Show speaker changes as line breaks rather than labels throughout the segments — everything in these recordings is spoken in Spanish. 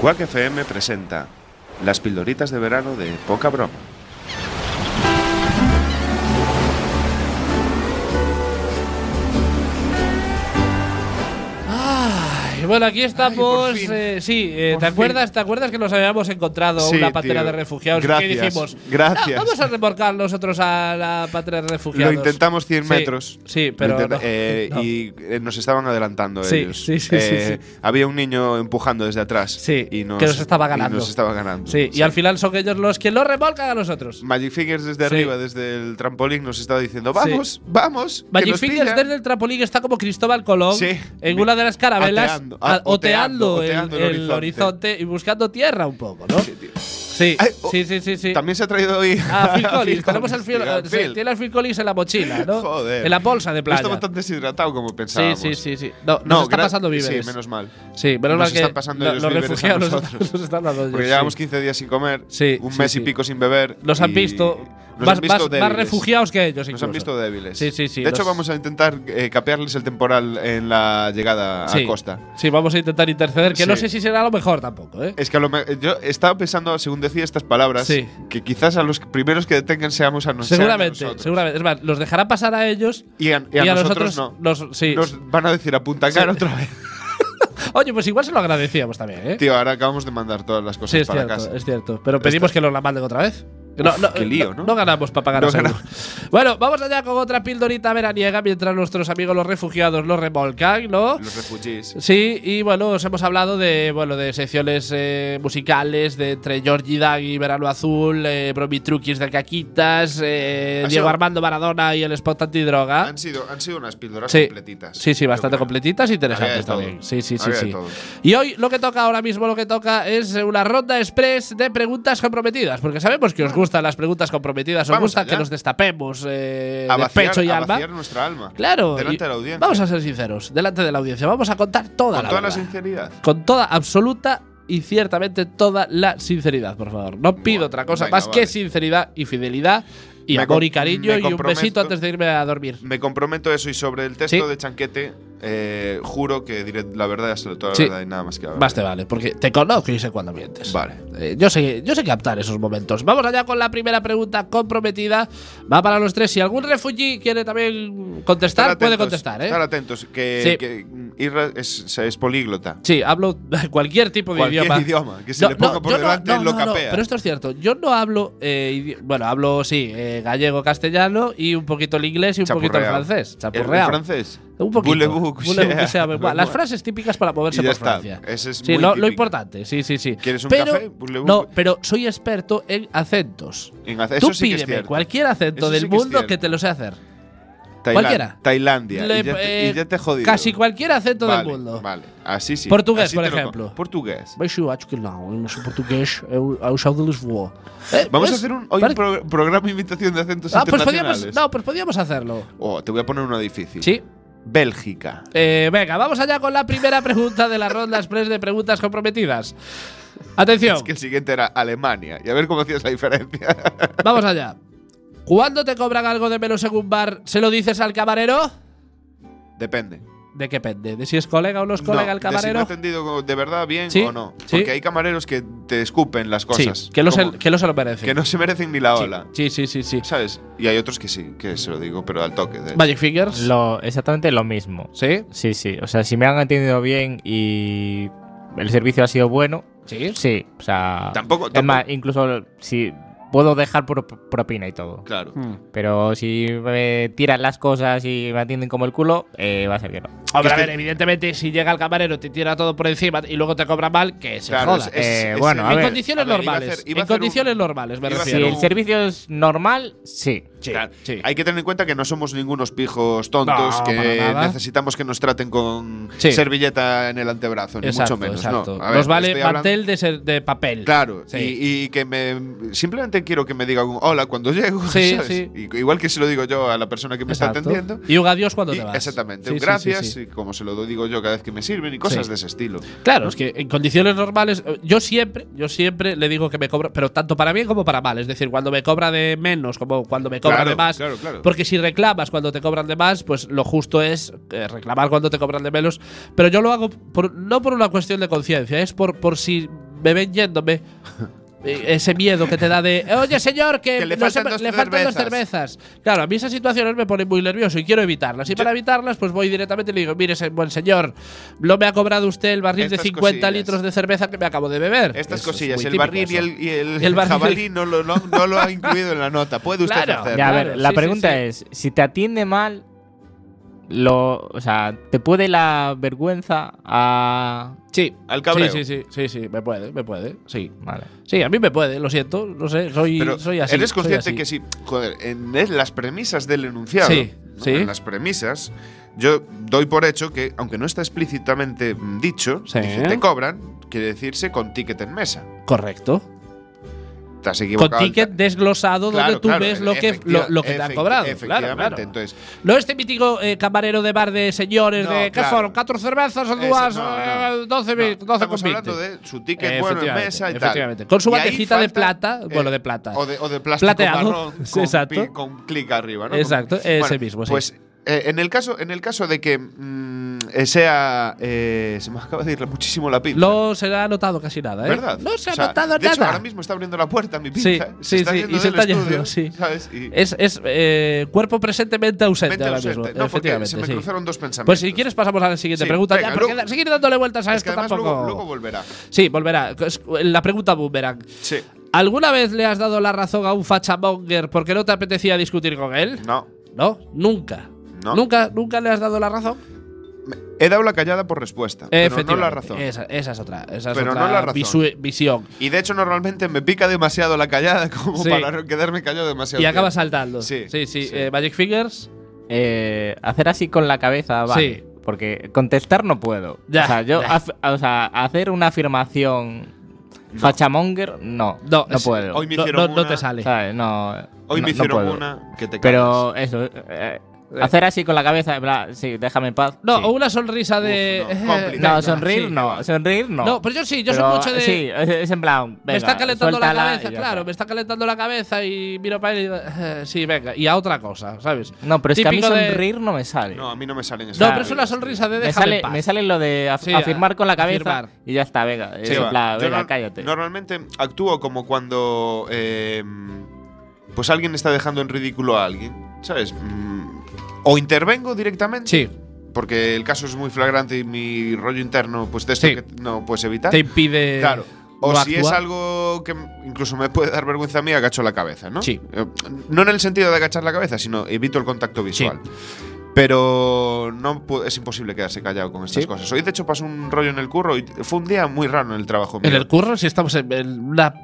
Quack FM presenta Las pildoritas de verano de Poca Broma.
Ay, Eh, Bueno, aquí estamos.
fin.
eh, sí, eh,
Por
¿te
fin.
acuerdas? ¿Te acuerdas que nos habíamos encontrado
Sí,
una patera
tío.
de refugiados?
Gracias,
¿Qué dijimos?
gracias.
"No, vamos a remorcar nosotros a la patera de
Lo
refugiados.
intentamos 100
Sí,
metros.
Sí, pero.
Lo intenta-
no,
eh,
no.
Y eh, nos estaban adelantando
Sí,
ellos. Eh,
sí, sí, sí,
Había un niño empujando desde atrás.
Sí,
y nos,
que nos estaba
y
ganando.
nos estaba ganando.
Sí, y al final son ellos los que lo remolcan a nosotros.
Magic Fingers desde
Sí.
arriba, desde el trampolín, nos estaba diciendo: Vamos, vamos. que
Magic
nos
Fingers
pilla".
desde el trampolín está como Cristóbal Colón
Sí.
en una de las carabelas
Ateando,
a-
a- oteando,
el-
oteando
el,
el
horizonte.
horizonte.
y buscando tierra un poco, ¿no?
Sí, tío.
Sí,
Ay, oh,
sí, sí, sí, sí.
También se ha traído hoy.
Ah, Phil Collins. Tenemos al
tío,
Phil,
a
sí,
Phil.
tiene al Phil Collins en la mochila, ¿no?
Joder.
En la bolsa de playa.
Estaba tan deshidratado como
Sí,
pensábamos.
sí, sí, sí. No, nos
No,
está
gra-
pasando víveres.
Sí, menos mal.
Sí, menos
nos
mal que
están pasando
lo-
ellos
los
víveres a
refugiados nos-
nosotros.
nos están dando ellos,
Porque
sí.
llevamos 15 días sin comer,
Sí,
un
sí,
mes
sí.
y pico sin beber.
Nos han
y
visto
nos
más,
han visto
más- más
débiles.
refugiados que ellos.
Nos
incluso.
han visto débiles.
Sí, sí, sí,
De hecho,
los-
vamos a intentar eh, capearles el temporal en la llegada
Sí.
a Costa.
Sí, vamos a intentar interceder, que no
Sí.
sé si será lo mejor tampoco, ¿eh?
Es que a lo me- yo estaba pensando, según decía estas palabras,
Sí.
que quizás a los primeros que detengan seamos a nos- sean a nosotros.
Seguramente, seguramente. Es más, los dejará pasar a ellos
Y a, y a nosotros, no.
nos- sí.
Nos van a decir apunta cara
Sí.
otra vez.
Oye, pues igual se lo agradecíamos también, ¿eh?
Tío, ahora acabamos de mandar todas las cosas
sí, es
para
cierto,
casa.
es cierto. Pero pedimos que nos la manden otra vez. No, no,
qué lío, ¿no?
No ganamos para pagar
No
a salud.
ganamos.
Bueno, vamos allá con otra pildorita veraniega mientras nuestros amigos los refugiados los remolcan, ¿no?
Los refugiés.
Sí, y bueno, os hemos hablado de bueno de secciones eh, musicales de entre Georgie Daggy, Verano Azul, eh, Bromitruquis de Caquitas, eh,
Ha sido-
Diego Armando Maradona y el spot antidroga.
Han sido, han sido unas píldoras
Ah. Sí.
completitas.
Sí, sí,
yo
bastante
creo.
completitas
Había
e interesantes
de todo.
también. Sí, sí, sí,
Había de
sí.
todo.
Y hoy lo que toca ahora mismo, lo que toca es una ronda express de preguntas comprometidas, porque sabemos que os gustan las preguntas comprometidas, os
Vamos
gusta
allá.
que nos destapemos eh,
A
de
vaciar-
pecho y
a
alma.
vaciar nuestra alma.
Claro. y
Delante de la audiencia.
Vamos a ser sinceros, delante de la audiencia, vamos a contar toda
Con
la
toda la
verdad.
sinceridad.
Con toda absoluta y ciertamente toda la sinceridad, por favor. No pido
Bueno,
otra cosa
venga,
más que
vale.
sinceridad y fidelidad y
Me
amor y
com-
cariño
me
y un
comprometo-
besito antes de irme a dormir.
Me comprometo a eso y sobre el texto
Sí.
de Chanquete, eh, juro que diré la verdad, sobre toda la
Sí.
verdad y nada más que la
Más te
verdad.
vale, porque te conozco y sé cuándo mientes.
Vale.
Eh, yo, sé, yo sé captar esos momentos. Vamos allá con la primera pregunta comprometida. Va para los tres. Si algún refugee quiere también contestar,
Estar
puede
atentos,
contestar. ¿eh?
Estar atentos, que,
Sí.
que Irra es, es políglota.
Sí, hablo cualquier tipo de
Cualquier
idioma.
idioma. que se le ponga por
yo
delante
no, no,
lo
no,
capea.
pero esto es cierto. Yo no hablo. eh, idi- bueno, hablo, sí, eh, gallego, castellano y un poquito el inglés y un poquito el
Chapurreao.
francés.
¿El- el
Chapurreao.
francés?
Un poquito.
Boulevou, couché.
Boulevou, que sea,
Boulevou.
Las frases típicas para moverse
Y ya
por
está.
Francia.
Ese es
sí,
muy
lo, lo
típico.
importante, sí, sí, sí.
¿Quieres un
pero,
café? Pues Boulevou.
No, pero soy experto en acentos.
En hace-
Tú
eso sí que es
pídeme
cierto.
cualquier acento
Eso
del
sí que es
mundo que
cierto.
te lo sé hacer.
Tailan-
cualquiera.
Tailandia.
Le-
y, ya te,
eh,
y ya te he jodido.
Casi cualquier acento
Vale,
del mundo.
Vale, así sí.
Portugués,
Así
por
te lo
ejemplo.
compro. Portugués.
Mas eu acho que não, eu não sou português, eu, eu sou de Lisboa. Eh,
Vamos a
¿ves?
hacer un, ¿eh? hoy
Pare-
un pro- programa de imitación de acentos
Ah, pues
internacionales.
podíamos, no, pues podíamos hacerlo.
Oh, te voy a poner uno difícil.
Sí.
Bélgica.
Eh, venga, vamos allá con la primera pregunta de la ronda express de preguntas comprometidas. Atención,
Es que el siguiente era Alemania. Y a ver cómo hacías la diferencia.
vamos allá. ¿Cuándo te cobran algo de menos en un bar, se lo dices al camarero?
Depende.
¿De qué pende? ¿De si es colega o no es colega
No,
el
de si
camarero?
lo he entendido de verdad bien
Sí,
o no.
sí.
Porque hay camareros que te escupen las cosas.
sí, que, lo se,
Como-
que lo se lo merece.
que no se merecen ni la
Sí,
ola.
Sí, sí, sí, sí.
¿Sabes? Y hay otros que sí, que se lo digo, pero al toque. de-
Magic Fingers.
Lo, exactamente lo mismo.
sí,
Sí, sí. O sea, si me han atendido bien y el servicio ha sido bueno,
sí.
sí. O sea,
Tampoco-
Es más, incluso si puedo dejar pro- propina y todo.
Claro.
Mm, Hmm.
Pero si me tiran las cosas y me atienden como el culo, eh, va a ser que no.
Hombre, a
Que
ver,
es que-
evidentemente, si llega el camarero, te tira todo por encima y luego te cobra mal, que se
Claro, es-
joda.
es-
Eh,
es
bueno,
el-
a
en
ver,
condiciones
iba a
normales.
hacer- iba a
en
hacer un-
condiciones normales, me
iba a
Si
hacer
refiero.
el servicio es normal, sí.
Sí,
Claro.
sí.
Hay que tener en cuenta que no somos ningunos pijos tontos
No, para
que
nada.
necesitamos que nos traten con
Sí.
servilleta en el antebrazo, ni
Exacto,
mucho menos.
exacto.
No, a ver,
Nos vale
estoy hablando-
mantel de, ser- de papel.
Claro,
Sí.
y, y que me simplemente quiero que me diga un hola cuando llego,
Sí,
¿sabes?
sí.
Y- igual que se lo digo yo a la persona que me
Exacto.
está atendiendo.
Y un adiós cuando
Y-
te vas.
exactamente,
Sí,
un
sí, sí,
gracias,
sí.
y como se lo digo yo cada vez que me sirven y cosas
Sí.
de ese estilo.
Claro, es que en condiciones normales, eh, yo siempre, yo siempre le digo que me cobra, pero tanto para bien como para mal. Es decir, cuando me cobra de menos, como cuando me cobra
Claro,
de más.
claro, claro.
Porque si reclamas cuando te cobran de más, pues lo justo es eh, reclamar cuando te cobran de menos. Pero yo lo hago por- no por una cuestión de conciencia, es por, por si me ven yéndome. Eh, Ese miedo que te da de, oye señor, que,
Que le
no se
faltan
me-
dos
le faltan dos cervezas. Claro, a mí esas situaciones me ponen muy nervioso y quiero evitarlas. Y para evitarlas, pues voy directamente y le digo, mire, se- buen señor, no me ha cobrado usted el barril de
Estas
50
cosillas.
litros de cerveza que me acabo de beber.
Estas
Eso es
cosillas,
muy
el
típico
barril y
eso.
el, y el
Y el barril.
jabalí no lo, no, no lo ha incluido en la nota. Puede usted
Claro.
hacer.
Ya, a ver,
Eh, Claro,
la
sí, sí,
pregunta
sí.
es, si te atiende mal, lo, o sea, ¿te puede la vergüenza a...?
Sí.
Al cabreo.
Sí, sí, sí, sí, sí, me puede, me puede, sí.
Vale.
Sí, a mí me puede, lo siento, no sé, soy,
Pero
soy así.
eres
soy
consciente
así.
que sí. Joder, en es- las premisas del enunciado.
Sí,
¿no?
sí.
En las premisas, yo doy por hecho que, aunque no está explícitamente mm, dicho,
Sí.
dice, te cobran, quiere decirse con ticket en mesa.
Correcto.
Te has
Con
equivocado.
ticket desglosado
Claro,
donde tú
claro,
ves lo que,
efectiva-
lo, lo que te han
efecti-
cobrado. Claro,
Efectivamente.
claro.
Entonces,
no este mítico eh, camarero de bar de señores
No,
de ¿qué
claro.
fueron? ¿Cuatro cervezas o
Ese,
dos?
no,
eh,
no.
12,
No,
mil- 12
Estamos
con 20.
hablando de su ticket bueno en
Efectivamente,
mesa y tal.
efectivamente. Con su
Y ahí
bandejita de
falta,
plata,
eh,
bueno, de plata.
O de, o de plástico
Plateado.
marrón
Sí,
con,
exacto.
pi- con clic arriba, ¿no?
Exacto,
Con-
ese mismo, sí.
Pues eh, en, el caso, en el caso de que mm, eh, sea… eh, se me acaba de ir muchísimo la pinza.
No se ha notado casi nada, ¿eh?
¿Verdad?
No se ha
O sea,
notado
de hecho,
nada.
ahora mismo está abriendo la puerta mi pinza.
Sí,
se
sí,
está
sí,
yendo
y se
del
está yendo,
estudio,
sí.
¿sabes? Y
es es, eh, cuerpo presente, mente ausente
vente
ahora
ausente.
mismo.
No, porque
efectivamente.
se me
sí.
cruzaron dos pensamientos.
Pues si quieres pasamos a la siguiente
Sí,
pregunta
venga,
ya, porque
luego-
da- seguir dándole vueltas a
Es
esto
que además
tampoco.
luego, luego volverá.
sí, volverá. Es La pregunta boomerang.
Sí.
¿Alguna vez le has dado la razón a un fachamonger porque no te apetecía discutir con él?
No.
No, nunca.
No.
Nunca, nunca le has dado la razón.
He dado la callada por respuesta, pero no la
Efectivamente,
razón.
Esa, esa es otra. Esa es
Pero
otra
no la razón.
visu- visión.
Y de hecho normalmente me pica demasiado la callada como
Sí.
para quedarme callado demasiado.
Y acaba
tiempo.
saltando.
Sí,
sí. sí.
sí.
Eh, Magic Fingers.
Eh, hacer así con la cabeza, vale.
Sí.
Porque contestar no puedo.
Ya,
o sea, yo
ya.
af- o sea, hacer una afirmación fachamonger, no.
No,
No,
es-
puedo.
hoy me
no,
hicieron
no- no te
una-
sale.
¿Sabes? No,
Hoy
no-
me
no
hicieron
puedo.
una que te cagas.
Pero eso, eh, hacer así con la cabeza, en plan, sí, déjame en paz.
No,
sí.
o una sonrisa de.
Uf, no,
eh,
complicado.
venga,
No, sonreír
sí.
no, sonreír no.
No, pero yo sí, yo soy
Pero,
mucho de.
Sí, es, es en plan.
me está
venga,
calentando la
suéltala
cabeza,
y ya
claro, me está calentando la cabeza y miro para él y digo, "Eh, sí, venga, y a otra cosa, ¿sabes?
está. No, pero es que a mí
Típico de-
sonreír no me sale.
No, a mí no me salen esas
No,
Claro.
pero es una sonrisa de
me,
déjame
sale,
en paz.
me sale lo de af-
Sí,
afirmar con la cabeza
afirmar.
y ya está, venga. es
Sí,
en
va.
plan,
Yo
venga,
no-
cállate.
Normalmente actúo como cuando eh, pues alguien está dejando en ridículo a alguien, ¿sabes? Mm, O intervengo directamente.
Sí,
Porque el caso es muy flagrante y mi rollo interno, pues de esto
Sí.
que no puedes evitar.
te impide.
Claro. O
Eh, no
si es
actuar.
algo que incluso me puede dar vergüenza a mí, agacho la cabeza, ¿no?
Sí.
Eh, No en el sentido de agachar la cabeza, sino evito el contacto visual. Pero no pu- es imposible quedarse callado con estas
Sí.
cosas. Hoy, de hecho, pasó un rollo en el curro y fue un día muy raro en el trabajo.
En
mío.
el curro, si estamos en, en una,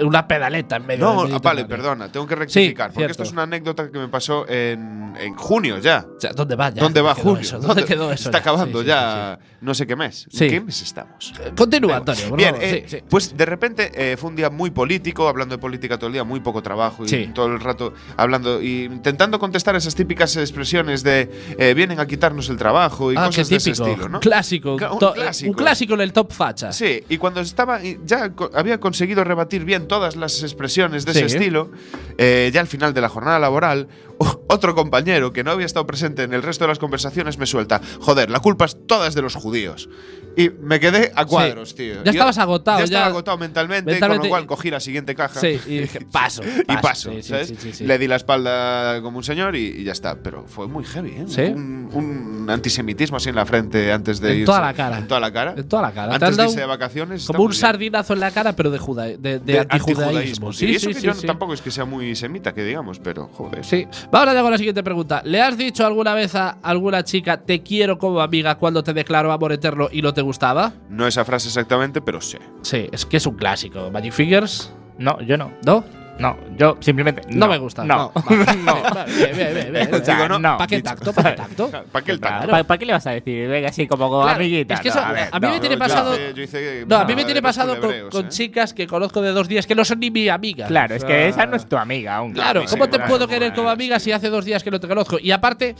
una pedaleta en medio
no,
del
ah, vale,
Mediterráneo.
perdona, tengo que rectificar. porque
cierto.
esto es una anécdota que me pasó en, en junio ya.
O sea, ¿Dónde va ya?
¿Dónde va
quedó
junio?
eso? ¿Dónde quedó eso?
Está
ya?
acabando
Sí, sí,
ya no sé qué mes.
Sí.
¿En qué mes estamos?
sí, sí. Continúa, Antonio. por
Bien,
favor.
eh,
Sí, sí.
pues de repente eh, fue un día muy político, hablando de política todo el día, muy poco trabajo y
Sí.
todo el rato hablando y intentando contestar esas típicas expresiones de eh, vienen a quitarnos el trabajo y
Ah, qué
cosas de ese
típico.
estilo, ¿no?
Clásico,
Cla- un
to-
clásico.
Un clásico en el top facha.
Sí, y cuando estaba, y ya co- había conseguido rebatir bien todas las expresiones de
Sí.
ese estilo, eh, ya al final de la jornada laboral, o- otro compañero que no había estado presente en el resto de las conversaciones me suelta, joder, la culpa es todas de los judíos. Y me quedé a cuadros, tío.
Ya
Y-
estabas agotado,
Ya estaba
ya-
agotado mentalmente, con
mentalmente-
lo cual cogí la siguiente caja.
Sí, y dije, paso.
Y paso,
Sí, sí,
¿sabes?
sí, sí, sí.
Le di la espalda como un señor y, y ya está. Pero fue muy heavy, ¿eh?
Sí.
Un, un antisemitismo así en la frente antes de
En
irse.
toda la cara.
En toda la cara.
En toda la cara. Te
Antes
han
de
dado
irse de vacaciones. está
Como un
muy bien.
sardinazo en la cara, pero de, juda- de, de
De
antijudaísmo.
antijudaísmo, tío.
Sí,
y eso
sí,
que
sí,
yo
sí.
tampoco es que sea muy semita, que digamos, pero joder.
Sí. Vamos allá con la siguiente pregunta. ¿Le has dicho alguna vez a alguna chica te quiero como amiga cuando te declaró amor eterno y no te gustaba?
No esa frase exactamente, pero sé.
Sí, es que es un clásico. Magic Fingers,
No, yo no.
¿no?
No, yo simplemente.
No,
No,
me gusta.
No,
Vale, vale, bien, bien, bien, bien, bien.
O sea,
Digo, no,
¿Para qué tacto? ¿Para qué tacto?
¿Para qué el tanto?
¿Para, qué le vas a decir? Venga, así como con
Claro,
amiguita.
es que
no,
eso-
a, ver,
a mí me
no.
tiene
yo
pasado-
hice- yo hice-
No, a mí me
nada,
tiene pasado con,
culebreos,
con
eh.
chicas que conozco de dos días que no son ni mi amiga.
Claro, es que esa no es tu amiga aún.
Claro,
Sí,
¿cómo te
claro,
puedo querer
claro,
como amiga si hace dos días que no te conozco? Y aparte,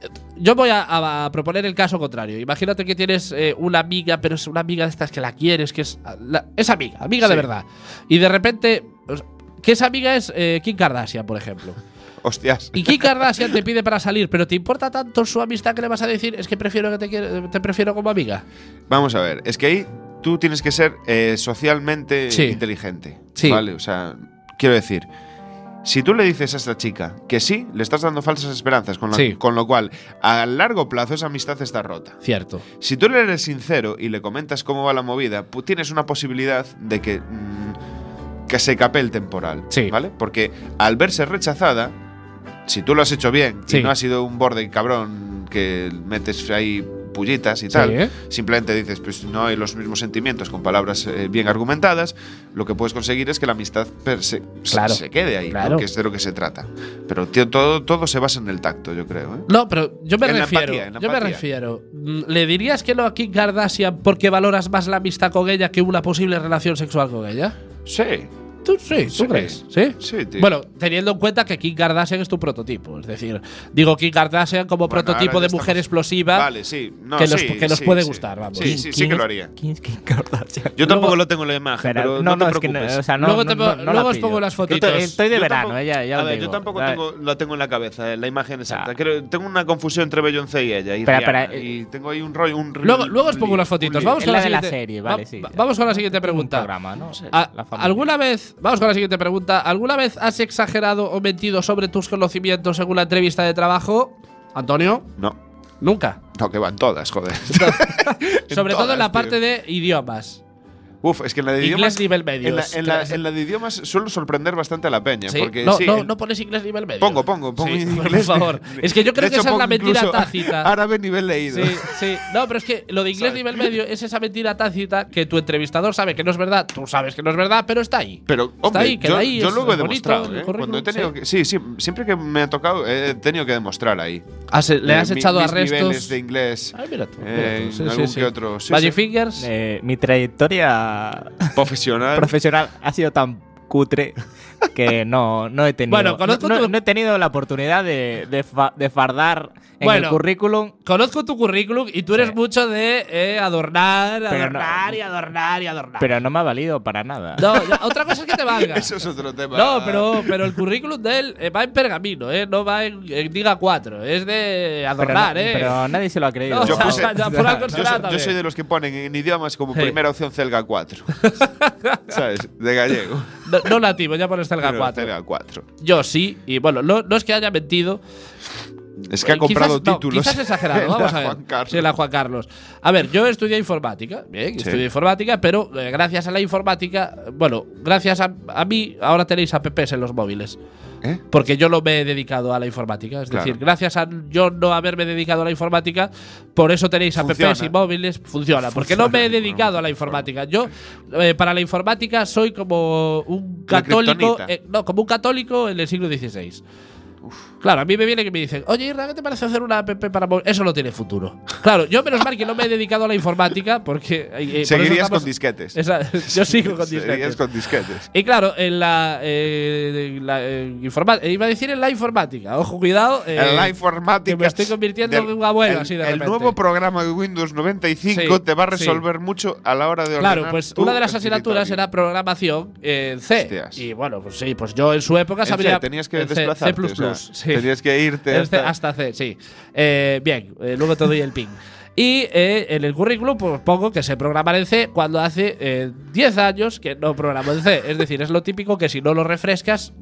eh, yo voy a, a- a proponer el caso contrario. Imagínate que tienes eh, una amiga, pero es una amiga de estas que la quieres, que es, la- es amiga, amiga de
Sí.
verdad. Y de repente, o sea, que esa amiga es eh, Kim Kardashian, por ejemplo.
Hostias.
Y Kim Kardashian te pide para salir, pero te importa tanto su amistad que le vas a decir, es que prefiero que te, quiero- te prefiero como amiga.
Vamos a ver, es que ahí tú tienes que ser eh, socialmente
Sí.
inteligente.
Sí.
¿Vale? O sea, quiero decir, si tú le dices a esta chica que sí, le estás dando falsas esperanzas, con, la-
Sí.
con lo cual a largo plazo esa amistad está rota.
Cierto.
Si tú le eres sincero y le comentas cómo va la movida, pu- tienes una posibilidad de que, mm, que se cape el temporal.
Sí.
¿Vale? Porque al verse rechazada, si tú lo has hecho bien
Sí.
y no has sido un borde cabrón que metes ahí pullitas y
Sí,
tal,
¿eh?
simplemente dices, pues no hay los mismos sentimientos con palabras eh, bien argumentadas, lo que puedes conseguir es que la amistad per se, se-
Claro.
se quede ahí, ¿no?
Claro.
que es de lo que se trata. Pero tío, todo, todo se basa en el tacto, yo creo. ¿eh?
No, pero yo me
En la
refiero.
empatía, en la
yo me
empatía.
refiero. mm, ¿Le dirías que no a Kim Kardashian porque valoras más la amistad con ella que una posible relación sexual con ella?
Sí,
¿Tú sí? ¿Tú
Sí.
crees? ¿Sí?
sí, tío.
Bueno, teniendo en cuenta que Kim Kardashian es tu prototipo. Es decir, digo Kim Kardashian como
Bueno,
prototipo
ahora
de
ya
mujer
estamos-
explosiva.
Vale, sí. No,
que nos-
sí,
que nos
sí,
puede
sí.
gustar, vamos.
Sí,
¿Quién-
sí, sí
¿Quién
que
es-
lo haría.
¿Quién es Kim Kardashian?
Yo
Luego-
tampoco lo tengo en la imagen,
Pero-
pero no, te
es que
preocupes.
o sea, no,
luego te
no-
po-
no- no
luego
la
os
pillo.
pongo las
Que te-
fotitos.
Estoy de
Yo
verano,
tampoco-
eh, ya, ya
a
lo
ver, yo
digo.
tampoco
Vale.
tengo, la tengo en la cabeza, eh, la imagen exacta.
Ah.
Creo- tengo una confusión entre Beyoncé y ella. Y,
Espera,
Rihanna,
espera, eh.
y tengo ahí un rollo. Un
Luego, luego os pongo
lío,
unas
un
fotitos.
lío.
Vamos
Es
con la,
la de la
siguiente.
serie, vale, sí,
va-
ya.
vamos con la siguiente
Tengo un
pregunta.
programa, ¿no?
A-
La familia.
¿Alguna vez, vamos con la siguiente pregunta, ¿alguna vez has exagerado o mentido sobre tus conocimientos en una entrevista de trabajo? Antonio,
No,
nunca.
no, que van todas, joder.
Sobre todo en la
todas,
parte
tío.
de idiomas.
Uf, es que en la de
Inglés
idiomas.
nivel medio.
En la, en la-
Claro.
en la de idiomas suelo sorprender bastante a la peña.
Sí,
Porque
no,
sí,
no,
el-
no pones inglés nivel medio.
Pongo, pongo, pongo
Sí,
inglés.
Por favor. Es que yo creo
De
que
hecho,
esa es la
pongo
mentira
incluso
tácita.
Árabe nivel leído.
Sí, sí. No, pero es que lo de inglés
¿Sabes?
nivel medio es esa mentira tácita que tu entrevistador sabe que no es verdad, tú sabes que no es verdad, pero está ahí.
Pero,
Está
hombre,
ahí, que
yo,
ahí
yo
es
luego he
bonito,
demostrado.
el
¿eh?
currículum,
Cuando he tenido
sí.
que- sí. sí, siempre que me ha tocado, eh, he tenido que demostrar ahí.
Has- le
Eh,
has
mi-
echado
mis
arrestos.
niveles de inglés.
Ay, mira tú. mira
eh,
tú. Sí,
en
sí,
algún
sí.
que otro. Sí,
Magic
sí.
Fingers.
Eh, mi trayectoria
Ah.
Profesional.
profesional ha sido tan cutre que no, no he tenido
Bueno, conozco
no, no-
tu-
no he tenido la oportunidad de, de fa- de fardar en
Bueno.
el currículum.
Conozco tu currículum y tú eres
Sí.
mucho de eh, adornar,
Pero no-
adornar y adornar y adornar.
Pero no me ha valido para nada.
no, ya- otra cosa es que te valga.
Eso es otro tema.
No, pero, pero el currículum de él eh, va en pergamino, ¿eh? No va en, en Diga 4. Es de
pero,
adornar,
no-
¿eh?
pero nadie se lo ha creído.
No,
Yo puse-
ya, por algo
Yo,
será
so- yo
también.
soy de los que ponen en idiomas como
Sí.
primera opción Celga 4. ¿Sabes? De gallego.
No, no nativo, ya pones Telga
Pero
4.
Celga 4.
Yo sí, y bueno, no, no es que haya mentido.
Es que ha
eh,
comprado
quizás- no,
títulos.
quizás exagerado,
en la
vamos a ver.
Juan Carlos.
Sí, en la Juan Carlos. A ver, yo estudié informática, bien,
Sí.
estudié informática, pero eh, gracias a la informática, bueno, gracias a, a mí, ahora tenéis apps en los móviles.
¿Eh?
Porque yo no me he dedicado a la informática. Es
Claro.
decir, gracias a yo no haberme dedicado a la informática, por eso tenéis apps
Funciona.
y móviles. Funciona, porque no me he dedicado a la informática. Yo, eh, para la informática, soy como un
La
católico.
kriptonita.
eh, no, como un católico en el siglo XVI. Claro, a mí me viene que me dicen, oye, Irra, ¿qué te parece hacer una app para móvil? Eso no tiene futuro. Claro, yo menos mal que no me he dedicado a la informática porque. eh, eh, por eso
Seguirías
estamos-
con disquetes.
Esa- yo sigo con
Seguirías
disquetes.
con disquetes.
Y claro, en la, eh, en la, eh, informa- eh, iba a decir en la informática. Ojo, cuidado. eh,
en la informática.
que me estoy convirtiendo
del-
en un abuelo,
el,
así de
el
repente.
nuevo programa de Windows 95
Sí,
te va a
sí.
resolver mucho a la hora de ordenar.
Claro, pues
tu
una de las asignaturas
escritorio.
era programación en C.
Hostias.
Y bueno, pues sí, pues yo en su época
En C,
sabría.
tenías que
en C,
desplazarte.
C++,
o sea,
sí.
Tenías que irte.
Este-
hasta-
hasta C, sí. Eh, bien, eh, luego te doy el ping. Y eh, en el currículum pues, pongo que sé programar en C cuando hace eh, 10 años que no programo en C. Es decir, es lo típico que si no lo refrescas,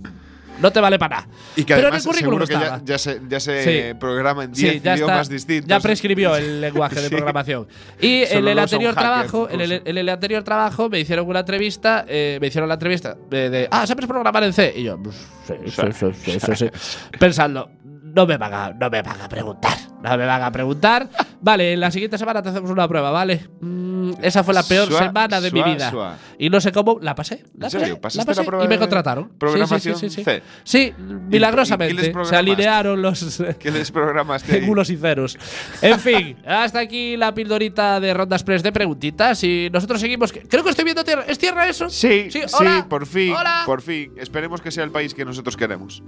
no te vale para nada.
Y que
Pero en
además
el currículum
seguro que ya,
estaba.
ya se, ya se
Sí.
programa en 10
Sí, ya
idiomas
está.
distintos.
Ya prescribió el lenguaje
Sí.
de programación. Y en
Solo
el
lo usa
anterior
un hacker,
trabajo, en el,
incluso.
en el anterior trabajo me hicieron una entrevista, eh, me hicieron la entrevista de, de, ah, ¿sabes programar en C? Y yo, "Pues, sí, sí, sí, sí, sí, sí". pensando, no me van a, no me van a preguntar, no me van a preguntar. Vale, en la siguiente semana te hacemos una prueba, ¿vale? Mm, esa fue la peor
Suá,
semana de
suá,
mi vida.
suá.
Y no sé cómo, la pasé. La
¿En serio? ¿Pasaste
pasé, la pasé
la prueba
y me
de
contrataron. Sí, sí,
programación
sí, sí, sí.
C?
Sí, milagrosamente. Se
programaste?
alinearon los.
¿Qué les programaste?
De
ahí?
culos y ceros. En fin, hasta aquí la pildorita de Rondas Press de preguntitas. Y nosotros seguimos. Creo que estoy viendo tierra. ¿Es tierra eso?
Sí, sí,
hola,
por fin.
hola.
Por fin. Esperemos que sea el país que nosotros queremos.